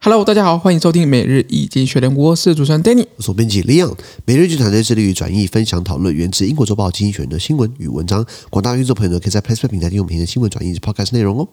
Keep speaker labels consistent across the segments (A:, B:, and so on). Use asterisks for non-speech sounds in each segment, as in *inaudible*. A: Hello，大家好，欢迎收听每日易经学人，我是主持人 Danny。
B: 我是总编辑 Leon。每日剧团队致力于转译、分享、讨论源自英国《周报》《经济学人》的新闻与文章。广大听众朋友呢，可以在 p r e s s 平台听我们的新闻转译及 Podcast 内容哦。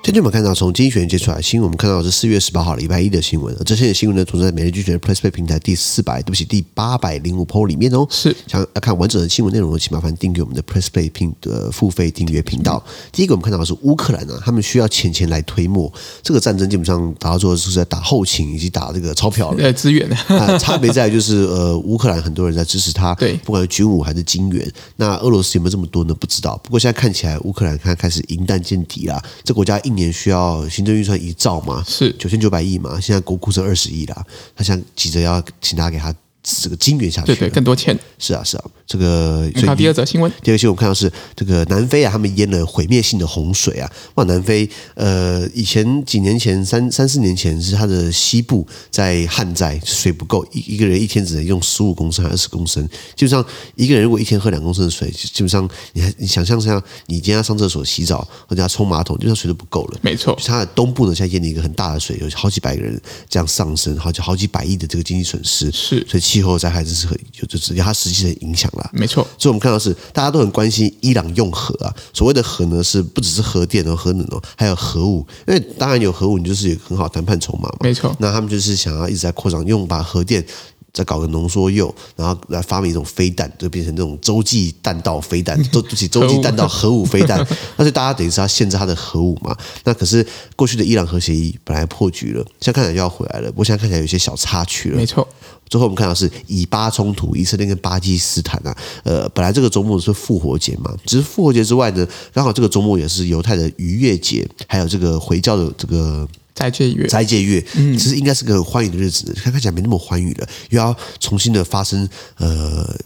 B: 今天我们看到从经济学人接出来的新闻，我们看到的是四月十八号礼拜一的新闻。而这些新闻呢，总是在每日剧团 p r e s s 平台第四百，对不起，第八百零五 PO 里面哦。
A: 是
B: 想要看完整的新闻内容呢，请麻烦订阅我们的 Press Play 频呃付费订阅频道。第一个我们看到的是乌克兰啊，他们需要钱钱来推磨这个战争，基本上打到最后是在打后勤以及打这个钞票了。
A: 呃，资源
B: *laughs* 啊，差别在于就是呃，乌克兰很多人在支持他，
A: 对
B: 不管是军武还是金援。那俄罗斯有没有这么多呢？不知道。不过现在看起来，乌克兰看开始银弹见底啦。这国家一年需要行政预算一兆嘛，
A: 是
B: 九千九百亿嘛，现在国库剩二十亿啦，他现在急着要请大家给他这个金援下去
A: 对
B: 了。
A: 对，更多钱。
B: 是啊，是啊，这个
A: 你
B: 所
A: 看
B: 以
A: 第二则新闻，
B: 第二个新闻我们看到是这个南非啊，他们淹了毁灭性的洪水啊！哇，南非呃，以前几年前三三四年前是它的西部在旱灾，水不够，一一个人一天只能用十五公升还二十公升，基本上一个人如果一天喝两公升的水，基本上你还你想象一下，你今天要上厕所、洗澡或者要冲马桶，基本上水都不够了。
A: 没错，
B: 它的东部呢，现在淹了一个很大的水，有好几百个人这样上升，好几好几百亿的这个经济损失，
A: 是
B: 所以气候灾害真是很有就直接它实际的影响啦。
A: 没错，
B: 所以我们看到是大家都很关心伊朗用核啊。所谓的核呢，是不只是核电哦、核能哦，还有核武。因为当然有核武，你就是有很好的谈判筹码嘛。
A: 没错，
B: 那他们就是想要一直在扩张，用把核电。再搞个浓缩铀，然后来发明一种飞弹，就变成这种洲际弹道飞 *laughs* 弹，洲对不起，洲际弹道核武飞弹。 *laughs* 那所以大家等于是要限制它的核武嘛。那可是过去的伊朗核协议本来破局了，现在看起来又要回来了。不过现在看起来有一些小插曲了
A: 没。错，
B: 最后我们看到是以巴冲突，以色列跟巴基斯坦啊，呃，本来这个周末是复活节嘛，只是复活节之外呢，刚好这个周末也是犹太的逾越节，还有这个回教的这个
A: 再见月，
B: 斋戒月，
A: 嗯
B: 其实应该是个很欢愉的日子呢，看看起来没那么欢愉了，又要重新的发生，呃。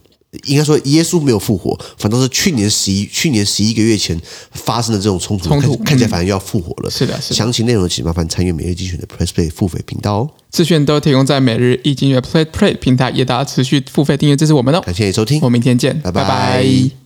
B: 应该说，耶稣没有复活，反倒是去年十一、去年十一个月前发生的这种冲突，
A: 冲突
B: 看看起来反而又要复活了。
A: 是的是的
B: 详情内容请麻烦参阅每日精选的 Press Play 付费频道哦。
A: 资讯都提供在每日易经学 Play Play 平台，也大家持续付费订阅支持我们哦。
B: 感谢你的收听
A: 我，们明天见，
B: 拜拜
A: 拜拜